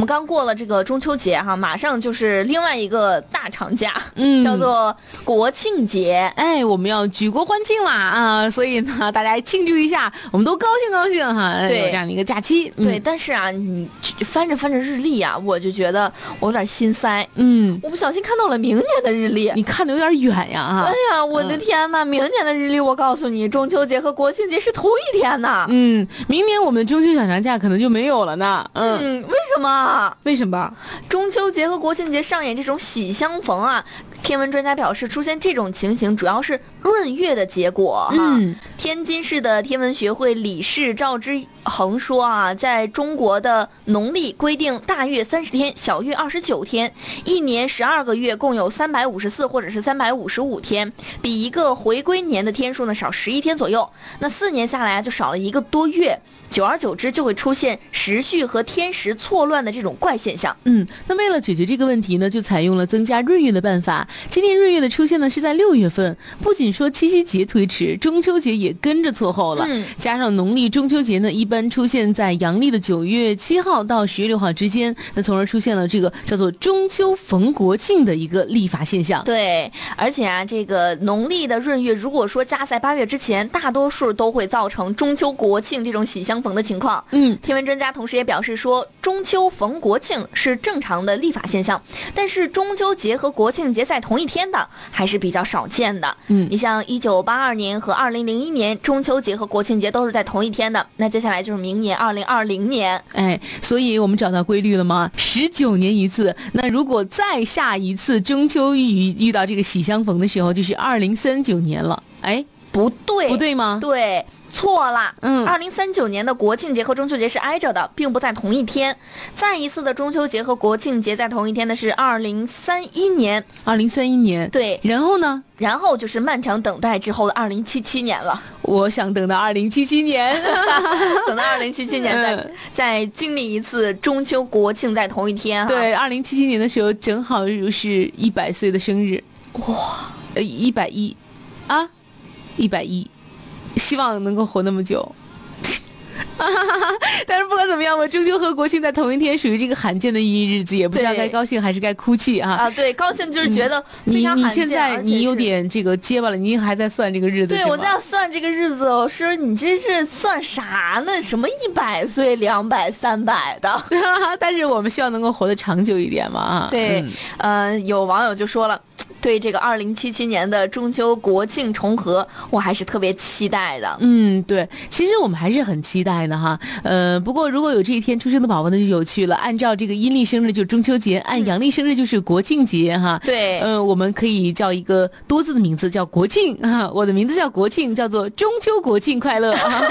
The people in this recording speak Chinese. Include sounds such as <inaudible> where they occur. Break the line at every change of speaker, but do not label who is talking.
我们刚过了这个中秋节哈，马上就是另外一个大长假，
嗯
叫做国庆节。
哎，我们要举国欢庆嘛啊、所以呢， <laughs> 大家庆祝一下，我们都高兴高兴哈，哎
对
有这样的一个假期。嗯
对，，但是啊，你翻着翻着日历啊，我就觉得我有点心塞，
嗯，嗯
我不小心看到了明年的日历。
你看的有点远呀啊
哎，呀，我的
嗯
天呐，明年的日历，我告诉你，中秋节和国庆节是同一天呐。
嗯，明年我们的中秋小长假可能就没有了呢。嗯，
嗯，为什么
为什么？
中秋节和国庆节上演这种喜相逢啊？天文专家表示，出现这种情形主要是闰月的结果哈。
嗯
天津市的天文学会理事赵之恒说啊，在中国的农历规定大月三十天，小月二十九天，一年十二个月共有三百五十四或者是三百五十五天，比一个回归年的天数呢少十一天左右。那四年下来啊就少了一个多月，久而久之就会出现时序和天时错乱的这种怪现象。
嗯，那为了解决这个问题呢，就采用了增加闰月的办法。今年闰月的出现呢是在六月份，不仅说七夕节推迟，中秋节也跟着错后了。
嗯
加上农历中秋节呢，一般出现在阳历的九月七号到十月六号之间，那从而出现了这个叫做中秋逢国庆的一个历法现象。
对，而且啊，这个农历的闰月，如果说加在八月之前，大多数都会造成中秋、国庆这种喜相逢的情况。
嗯，
天文专家同时也表示说，中秋逢国庆是正常的历法现象，但是中秋节和国庆节在同一天的还是比较少见的。
嗯
你像一九八二年和二零零一年中秋节和国庆节都是在同一天的，那接下来就是明年二零二零年。
哎，所以我们找到规律了吗？十九年一次，那如果再下一次中秋遇遇到这个喜相逢的时候，就是二零三九年了。哎，
不对，
不对吗？
对，错了。
嗯
二零三九年的国庆节和中秋节是挨着的，并不在同一天。再一次的中秋节和国庆节在同一天的是二零三一年，
二零三一年。
对，
然后呢？
然后就是漫长等待之后的二零七七年
<laughs>
了。
我想等到二零七七年。
<laughs> 等到二零七七年再
嗯
再经历一次中秋国庆在同一天哈。，
对，二零七七年的时候正好是一百岁的生日，
哇，
呃，一百一，啊，一百一，希望能够活那么久。 <laughs> 但是不管怎么样吧，中秋和国庆在同一天，属于这个罕见的意义日子，也不知道
对
该高兴还是该哭泣啊。
啊，对，高兴就是觉得非
你
常
嗯你
罕见啊
现在
而且
你有
是
点这个结巴了，你还在算这个日子
对，
是
我
吗
在算这个日子，我说你这是算啥呢？什么一百岁、两百、三百的？
<laughs> 但是我们希望能够活得长久一点嘛啊。
对
嗯，
<laughs> 呃，有网友就说了，对这个二零七七年的中秋国庆重合，我还是特别期待的。
嗯，对，其实我们还是很期待的哈。呃，不过如果有这一天出生的宝宝呢，就有趣了。按照这个阴历生日就是中秋节，按
嗯
阳历生日就是国庆节哈。
对，
呃，我们可以叫一个多字的名字，叫国庆啊。我的名字叫国庆，叫做中秋国庆快乐。啊